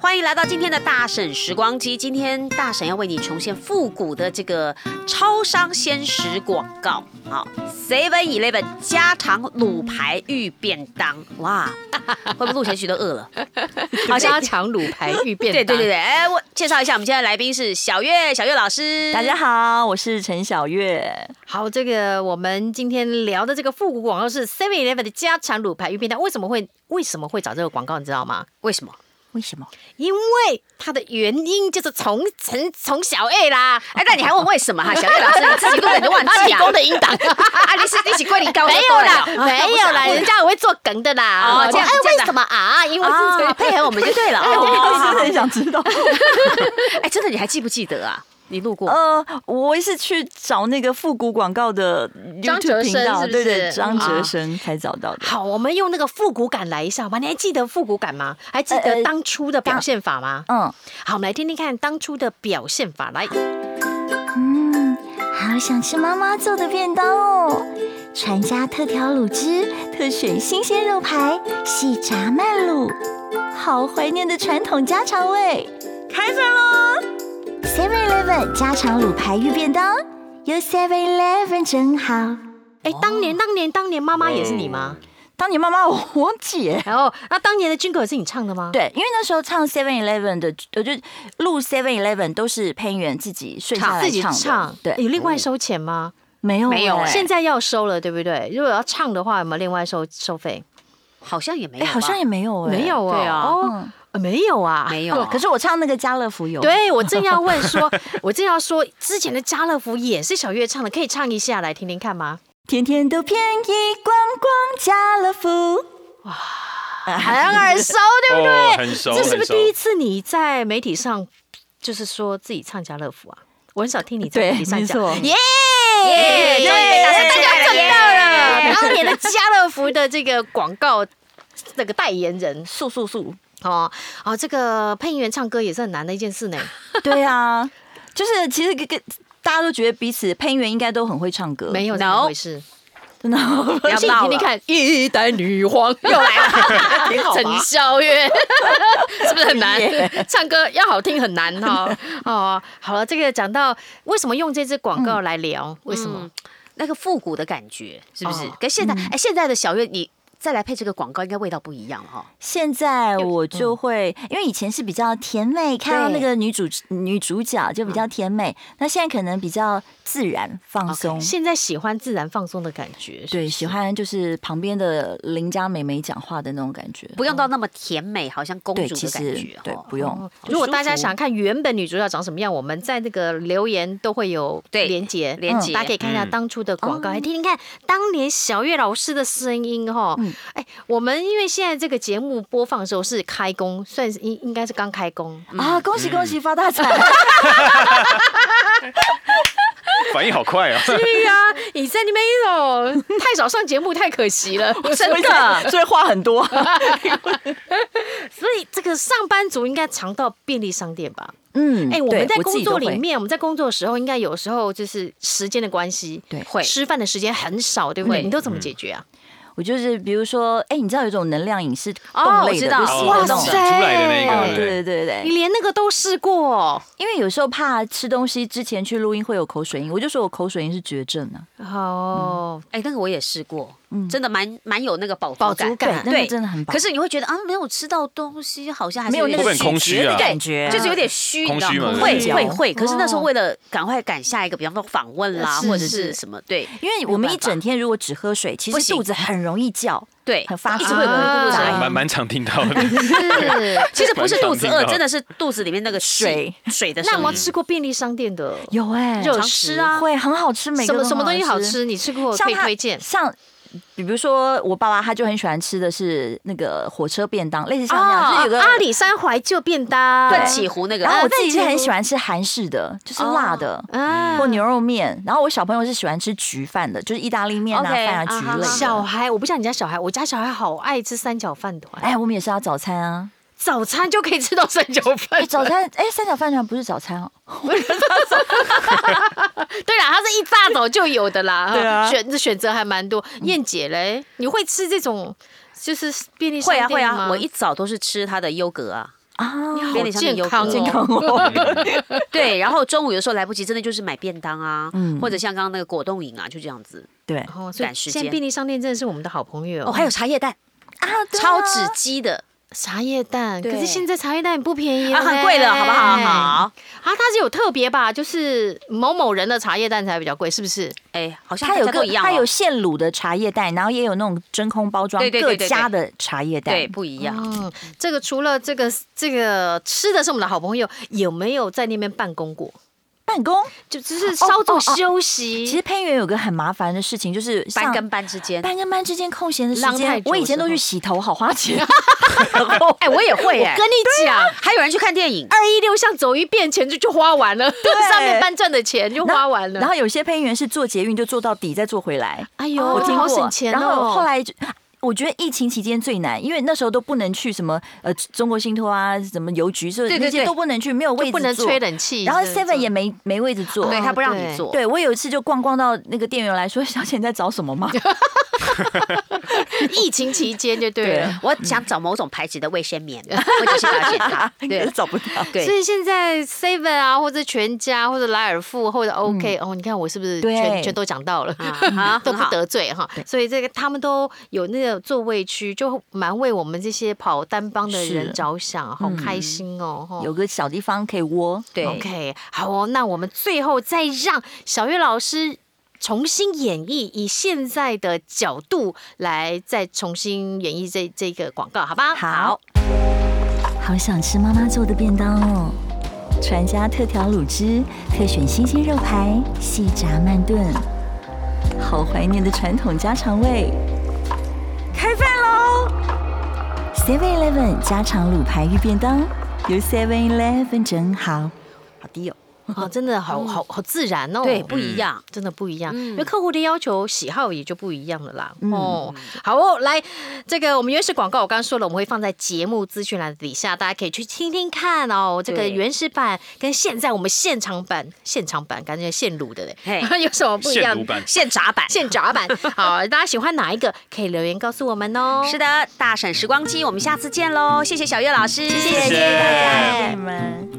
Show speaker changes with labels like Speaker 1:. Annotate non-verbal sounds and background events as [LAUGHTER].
Speaker 1: 欢迎来到今天的大婶时光机。今天大婶要为你重现复古的这个超商鲜食广告，好，Seven Eleven 加长卤排玉便当，哇， [LAUGHS] 会不会陆晨旭都饿了？
Speaker 2: [LAUGHS]
Speaker 1: 好
Speaker 2: 加强卤排玉便
Speaker 1: 对
Speaker 2: [LAUGHS] 当。
Speaker 1: 对对对，哎，我介绍一下，我们今天的来宾是小月，小月老师，
Speaker 3: 大家好，我是陈小月。
Speaker 2: 好，这个我们今天聊的这个复古广告是 Seven Eleven 的加长卤排玉便当，为什么会为什么会找这个广告，你知道吗？
Speaker 1: 为什么？
Speaker 3: 为什么？
Speaker 2: 因为它的原因就是从从从小 A 啦，
Speaker 1: 哎，但你还问为什么哈？小月老师你自己根本就忘记
Speaker 2: 提
Speaker 1: 啊！
Speaker 2: 供的音档
Speaker 1: [LAUGHS] 啊，你是一起桂林高
Speaker 2: [LAUGHS] 没
Speaker 1: 中
Speaker 2: 有啦，
Speaker 1: 的哦
Speaker 2: 没有啦， [LAUGHS] 人家很会做梗的啦。
Speaker 1: 哦这样
Speaker 2: 哎
Speaker 1: 子，这样
Speaker 2: 为
Speaker 1: 子
Speaker 2: 什么 [LAUGHS] 啊？因为是这
Speaker 1: 啊，
Speaker 2: 样
Speaker 1: 配合我们就对了。
Speaker 3: 哎我
Speaker 1: 哦
Speaker 3: 真的很想知道。
Speaker 1: 哎，真的，你还记不记得啊？你路过
Speaker 3: [LAUGHS] 呃，我是去找那个复古广告的
Speaker 2: 张哲生
Speaker 3: YouTube 频道，
Speaker 2: 是不是
Speaker 3: 对对，张
Speaker 2: 啊
Speaker 3: 哲生才找到的。
Speaker 2: 好，我们用那个复古感来一下吧。你还记得复古感吗？还记
Speaker 3: 呃
Speaker 2: 得
Speaker 3: 呃
Speaker 2: 当初的表现法吗？
Speaker 3: 嗯
Speaker 2: 好，我们来听听看当初的表现法。来，
Speaker 4: 嗯，好想吃妈妈做的便当哦！传家特调卤汁，特选新鲜肉排，细炸慢卤，好怀念的传统家常味！
Speaker 3: 开饭喽！
Speaker 4: Seven Eleven 家常卤排玉便当，有 Seven Eleven 真好。
Speaker 2: 哎，当年当年当年，妈妈也是你吗？
Speaker 3: 当年妈妈我忘记耶。
Speaker 2: 然后，哦那当年的军歌也是你唱的吗？
Speaker 3: 对，因为那时候唱 Seven Eleven 的，呃，就录 Seven Eleven 都是配音员自己睡下来
Speaker 2: 自己
Speaker 3: 唱的。
Speaker 2: 唱，
Speaker 3: 对，
Speaker 2: 有另外收钱吗？哦
Speaker 3: 没有
Speaker 1: 没有
Speaker 3: 哎
Speaker 1: 哎
Speaker 2: 现在要收了，对不对？如果要唱的话，有没有另外收收费？
Speaker 1: 好像也没有
Speaker 3: 哎，
Speaker 1: 吧，
Speaker 3: 好像也没有哎，
Speaker 2: 没有哦，
Speaker 1: 对啊
Speaker 2: 哦，呃没有啊，
Speaker 1: 没有
Speaker 2: [LAUGHS]
Speaker 3: 对。。可是我唱那个家乐福有。
Speaker 2: 对，我正要问说，我正要说，之前的家乐福也是小月唱的，可以唱一下来听听看吗？
Speaker 3: 天天都便宜，逛逛家乐福。 [LAUGHS]
Speaker 2: 很耳熟，
Speaker 5: [LAUGHS]
Speaker 2: 对不
Speaker 5: 哦
Speaker 2: 对？
Speaker 5: 很熟
Speaker 2: 这是不
Speaker 5: 很
Speaker 2: 是
Speaker 5: 熟
Speaker 2: 第一次你在媒体上就是说自己唱家乐福啊？我很少听你在
Speaker 3: 对
Speaker 2: 媒体上
Speaker 3: 没
Speaker 2: 讲，
Speaker 3: 错
Speaker 2: 耶！
Speaker 1: 哎耶终于被大家
Speaker 2: 哎大
Speaker 1: 知道
Speaker 2: 家
Speaker 1: 了
Speaker 2: 赚
Speaker 1: 耶
Speaker 2: 到了当年的家乐福的这个广告。那个代言人
Speaker 3: 速速速！
Speaker 2: 哦哦，这个配音员唱歌也是很难的一件事呢。
Speaker 3: 对啊，就是其实跟跟大家都觉得彼此配音员应该都很会唱歌，
Speaker 2: 没有
Speaker 3: [LAUGHS]
Speaker 1: No
Speaker 2: 这么回事。
Speaker 3: 真的。
Speaker 1: 不
Speaker 3: [LAUGHS]
Speaker 1: 要
Speaker 2: 请
Speaker 1: 闹
Speaker 2: 听听
Speaker 1: 了，
Speaker 2: 看，一代女皇又来了，陈
Speaker 1: [LAUGHS]
Speaker 2: 孝月是不是很难？唱歌要好听很难哈。哦，好了，这个讲到为什么用这支广
Speaker 1: 嗯
Speaker 2: 告来聊，为什么？
Speaker 1: 那个复古的感觉是不是
Speaker 2: 哦？
Speaker 1: 跟现在
Speaker 3: 嗯
Speaker 1: 哎，现在的小月你再来配这个广告，应该味道不一样了哈。
Speaker 3: 现在我就
Speaker 2: 嗯
Speaker 3: 会，因为以前是比较甜美，看到那个女主女主角就比
Speaker 2: 嗯
Speaker 3: 较甜美，那现在可能比较自然放
Speaker 1: 嗯
Speaker 3: 松。
Speaker 2: 现在喜欢自然放松的感觉，
Speaker 3: 对，喜欢就是旁边的邻家美眉讲话的那种感觉，
Speaker 1: 不用到那么甜美，好像公
Speaker 3: 哦对，
Speaker 1: 主
Speaker 3: 其
Speaker 1: 的感
Speaker 3: 实
Speaker 1: 觉
Speaker 3: 对
Speaker 1: 哈。，
Speaker 3: 不用
Speaker 2: 哦。。如果大家想看原本女主角长什么样，我们在那个留言都会有
Speaker 1: 对
Speaker 2: 连结，哦
Speaker 1: 连结
Speaker 2: 大家可以看一下
Speaker 5: 嗯
Speaker 2: 当初的广告，来哎听听看当年小月老师的声音哈。哎，我们因为现在这个节目播放的时候是开工，算是应应该是刚开工。
Speaker 3: 啊！恭
Speaker 2: 嗯
Speaker 3: 喜恭喜发大财！
Speaker 5: 反应好快啊！
Speaker 2: 对呀、你在那边哦，太少上节目太可惜 [LAUGHS] 了， [LAUGHS] 真的。
Speaker 3: [LAUGHS] 所以话很
Speaker 2: [LAUGHS]
Speaker 3: 多。
Speaker 2: 所以这个上班族应该常到便利商店吧？
Speaker 3: 嗯，
Speaker 2: 哎、我
Speaker 3: 对
Speaker 2: 们在
Speaker 3: 自
Speaker 2: 工
Speaker 3: 己都
Speaker 2: 作里
Speaker 3: 会
Speaker 2: 面，我们在工作的时候，应该有时候就是时间的关系，
Speaker 3: 对
Speaker 1: 会
Speaker 2: 吃饭的时间很少，对不对？你都怎
Speaker 3: 嗯
Speaker 2: 么解决啊？
Speaker 3: 我就是比如说，哎、你知道有一种能量饮是
Speaker 1: 哦
Speaker 3: 冻
Speaker 1: 我
Speaker 3: 类
Speaker 1: 知
Speaker 3: 的，
Speaker 1: 道
Speaker 3: 就是吸
Speaker 5: [LAUGHS] 哦
Speaker 3: 的
Speaker 5: 长
Speaker 3: 那
Speaker 5: 出
Speaker 3: 种。
Speaker 5: 来的那
Speaker 2: 哇塞
Speaker 5: 个，
Speaker 3: 对对
Speaker 5: 对
Speaker 3: 对
Speaker 2: 你
Speaker 3: 对，
Speaker 2: 连那个都试过哦，
Speaker 3: 因为有时候怕吃东西之前去录音会有口水音，我就说我口水音是绝症啊，
Speaker 2: 哦，
Speaker 1: 哎，那个我也试过，
Speaker 3: 嗯
Speaker 1: 真的蛮蛮有那个饱
Speaker 2: 饱
Speaker 1: 饱
Speaker 2: 足感
Speaker 3: 那个真的很饱
Speaker 1: 可是你会觉得啊，没有吃到东西，好像还是
Speaker 3: 没有那
Speaker 1: 点
Speaker 3: 个
Speaker 5: 会不会很空虚啊
Speaker 3: 咀嚼的感觉，哦
Speaker 1: 就是有点虚，你
Speaker 5: 空
Speaker 1: 知道
Speaker 5: 虚
Speaker 1: 吗？
Speaker 5: 嘛
Speaker 1: 会
Speaker 3: 对
Speaker 1: 会会，可是那时候为了赶快赶下一个，比方说访问啦，
Speaker 2: 是
Speaker 1: 或者
Speaker 2: 是
Speaker 1: 是什么，对
Speaker 3: 因为我们一整天如果只喝水，其
Speaker 1: 不
Speaker 3: 实
Speaker 1: 行
Speaker 3: 肚子很容易叫，
Speaker 1: 对，
Speaker 3: 很发
Speaker 1: 一
Speaker 3: 出
Speaker 1: 直会有咕噜
Speaker 2: 啊
Speaker 1: 声
Speaker 5: 蛮
Speaker 1: 音。
Speaker 5: 蛮常听到的。
Speaker 2: 是。
Speaker 1: 其实不是肚子
Speaker 5: 蛮
Speaker 1: 饿，
Speaker 5: 常听到
Speaker 1: 真的是肚子里面那个气
Speaker 3: 水
Speaker 1: 水
Speaker 2: [LAUGHS]
Speaker 1: 的声
Speaker 2: 那有
Speaker 1: 音。
Speaker 2: 没有吃过便利商店的？
Speaker 3: 有哎、
Speaker 2: 热
Speaker 3: 常
Speaker 2: 食
Speaker 3: 吃
Speaker 2: 啊
Speaker 3: 会很好吃，每个
Speaker 2: 什么
Speaker 3: 都
Speaker 2: 什么
Speaker 3: 很
Speaker 2: 东西好吃？？你吃过可
Speaker 3: 像
Speaker 2: 以
Speaker 3: 他
Speaker 2: 推荐？
Speaker 3: 像。比如说，我爸爸他就很喜欢吃的是那个火车便当，类似像那
Speaker 2: 啊
Speaker 3: 样，
Speaker 2: 哦
Speaker 3: 就是有个
Speaker 2: 阿里山怀旧便当，
Speaker 1: 奋起湖那个，
Speaker 3: 然后我
Speaker 1: 啊
Speaker 3: 自己是
Speaker 2: 那
Speaker 3: 很
Speaker 2: 就
Speaker 3: 喜欢吃韩式的，就是辣的，
Speaker 2: 啊
Speaker 3: 或牛肉面。然后我小朋友是喜欢吃焗饭的，就是意大利面啊、
Speaker 1: OK，
Speaker 3: 饭啊、
Speaker 1: 啊
Speaker 3: 焗
Speaker 1: 哈
Speaker 3: 类的。
Speaker 2: 小孩，我不像你家小孩，我家小孩好爱吃三角饭团，
Speaker 3: 哎，我们也是要早餐啊。
Speaker 2: 早餐就可以吃到三角饭
Speaker 3: 哎，。早
Speaker 1: [LAUGHS]
Speaker 3: 餐哎，三角饭团不是早餐哦。
Speaker 2: [LAUGHS] 对啦，它是一大早就有的啦。
Speaker 3: 对啊嗯
Speaker 2: 选选择还蛮多。燕姐嘞，你会吃这种就是便利商
Speaker 1: 会啊
Speaker 2: 店
Speaker 1: 会
Speaker 2: 吗
Speaker 3: [LAUGHS]
Speaker 1: 啊，我一早都是吃它的优格啊，
Speaker 3: 啊，
Speaker 1: 便利商店有很多
Speaker 2: 健康
Speaker 1: 对，然后中午有时候来不及，真的就是买便当啊，
Speaker 3: 嗯
Speaker 1: 或者像刚刚那个果冻饮啊，就这样子。
Speaker 3: 对，
Speaker 2: 哦，所以
Speaker 1: 赶时
Speaker 2: 现在
Speaker 1: 间
Speaker 2: 便利商店真的是我们的好朋友
Speaker 1: 哦，还有茶叶蛋，
Speaker 3: 啊，对啊
Speaker 1: 超纸鸡的
Speaker 2: 茶叶蛋，可
Speaker 3: 对
Speaker 2: 是现在茶叶蛋也不便宜
Speaker 1: 啊，很贵了，
Speaker 3: 哎
Speaker 1: 好不好？
Speaker 2: 啊，
Speaker 1: 好，
Speaker 2: 它是有特别吧，就是某某人的茶叶蛋才比较贵，是不是？
Speaker 1: 哎，好像
Speaker 3: 它
Speaker 1: 大
Speaker 3: 有
Speaker 1: 家都
Speaker 3: 个
Speaker 1: 一样哦，
Speaker 3: 它有现卤的茶叶蛋，然后也有那种真空包装
Speaker 1: 对对
Speaker 3: 各
Speaker 1: 对对
Speaker 3: 家的茶叶蛋。哦
Speaker 1: 对不一样。
Speaker 2: 嗯，这个除了这个这个吃的是我们的好朋友，有没有在那边办公过？
Speaker 3: 办公
Speaker 2: 就只是稍作休息。
Speaker 3: 其实喷园有个很麻烦的事情，就是
Speaker 1: 班
Speaker 3: 上
Speaker 1: 跟班之间，
Speaker 3: 班跟班之间空闲的时
Speaker 2: 浪太
Speaker 3: 间
Speaker 2: 久，的
Speaker 3: 我以
Speaker 1: 哦
Speaker 3: 前都
Speaker 2: 时候
Speaker 3: 去洗头，好
Speaker 1: [LAUGHS]
Speaker 3: 花钱。
Speaker 1: 哎，我也会
Speaker 2: 我
Speaker 1: 哎，
Speaker 2: 跟你讲，
Speaker 1: 还有人去看电影，
Speaker 2: 二一六巷走一遍钱就就花完了， [LAUGHS] 上面班赚的钱就花完了。
Speaker 3: 然后有些配音员是做捷运就做到底，再做回来。
Speaker 2: 哎呦，
Speaker 3: 我听
Speaker 2: 好
Speaker 3: 过，
Speaker 2: 省钱哦。
Speaker 3: 然后后来就。我觉得疫情期间最难，因为那时候都不能去什么呃中国信托啊，什么邮局，这
Speaker 1: 对对
Speaker 3: 那些
Speaker 1: 对
Speaker 3: 都不能去，没有位
Speaker 2: 就
Speaker 3: 置
Speaker 2: 不能
Speaker 3: 坐
Speaker 2: 吹冷气，
Speaker 3: 然后
Speaker 2: 是不
Speaker 3: Seven
Speaker 2: 是
Speaker 3: 也没没位置坐。
Speaker 1: 对他不让你
Speaker 2: 对
Speaker 1: 做，
Speaker 3: 哦对我有一次就逛逛到那个店员来说：“小姐你在找什
Speaker 2: [LAUGHS]
Speaker 3: 么吗
Speaker 2: 疫情期间就对
Speaker 3: 嗯
Speaker 2: 了。
Speaker 1: 我想找某种牌子的卫生
Speaker 3: [LAUGHS]
Speaker 1: 棉，我就去发现它。？”
Speaker 3: 可
Speaker 1: 对
Speaker 3: 是找不到。
Speaker 2: 所
Speaker 1: 对，
Speaker 2: 以现在 Seven 啊，或者全家，或者莱尔富，或者
Speaker 1: 嗯
Speaker 2: OK，、哦，你看我是不是
Speaker 3: 对
Speaker 2: 全全都讲到了， [LAUGHS]
Speaker 1: 好
Speaker 2: 都
Speaker 1: 很
Speaker 2: 不
Speaker 1: 好
Speaker 2: 得罪哈。所以这个他们都有那个座位区，就蛮为我们这些跑单帮的人
Speaker 3: 是
Speaker 2: 着想，好开心哦。哈
Speaker 3: 有个小地方可以窝，
Speaker 1: 嗯对
Speaker 2: OK，好哦，那我们最后再让小月老师重新演绎，以现在的角度来再重新演绎这这个广告，好吧？
Speaker 3: 好
Speaker 4: 好想吃妈妈做的便当哦！传家特调卤汁，特选新鲜肉排，细炸慢炖，好怀念的传统家常味。开饭喽！Seven Eleven 家常卤排玉便当，由 Seven Eleven 整好。
Speaker 3: 好低哦。
Speaker 2: 哦，真的好好好自然哦，
Speaker 1: 对，不一样。
Speaker 2: 真的不一样，
Speaker 1: 嗯
Speaker 2: 因为客户的要求喜好也就不一样了啦。哦，好哦，来，这个我们原始广告我刚刚说了，我们会放在节目资讯栏底下，大家可以去听听看哦。这个
Speaker 1: 对
Speaker 2: 原始版跟现在我们现场版，现场版感觉现卤的嘞
Speaker 1: 嘿，
Speaker 2: [LAUGHS] 有什 [LAUGHS] 么不一
Speaker 5: 现
Speaker 2: 样
Speaker 5: 读？版
Speaker 1: 现炸版。
Speaker 2: 现炸版，好，大家喜欢哪一个可以留言告诉我们哦。
Speaker 1: [LAUGHS] 是的，大婶时光机，我们下次见喽！谢谢小月老师，谢
Speaker 5: 谢谢大家
Speaker 3: 你们。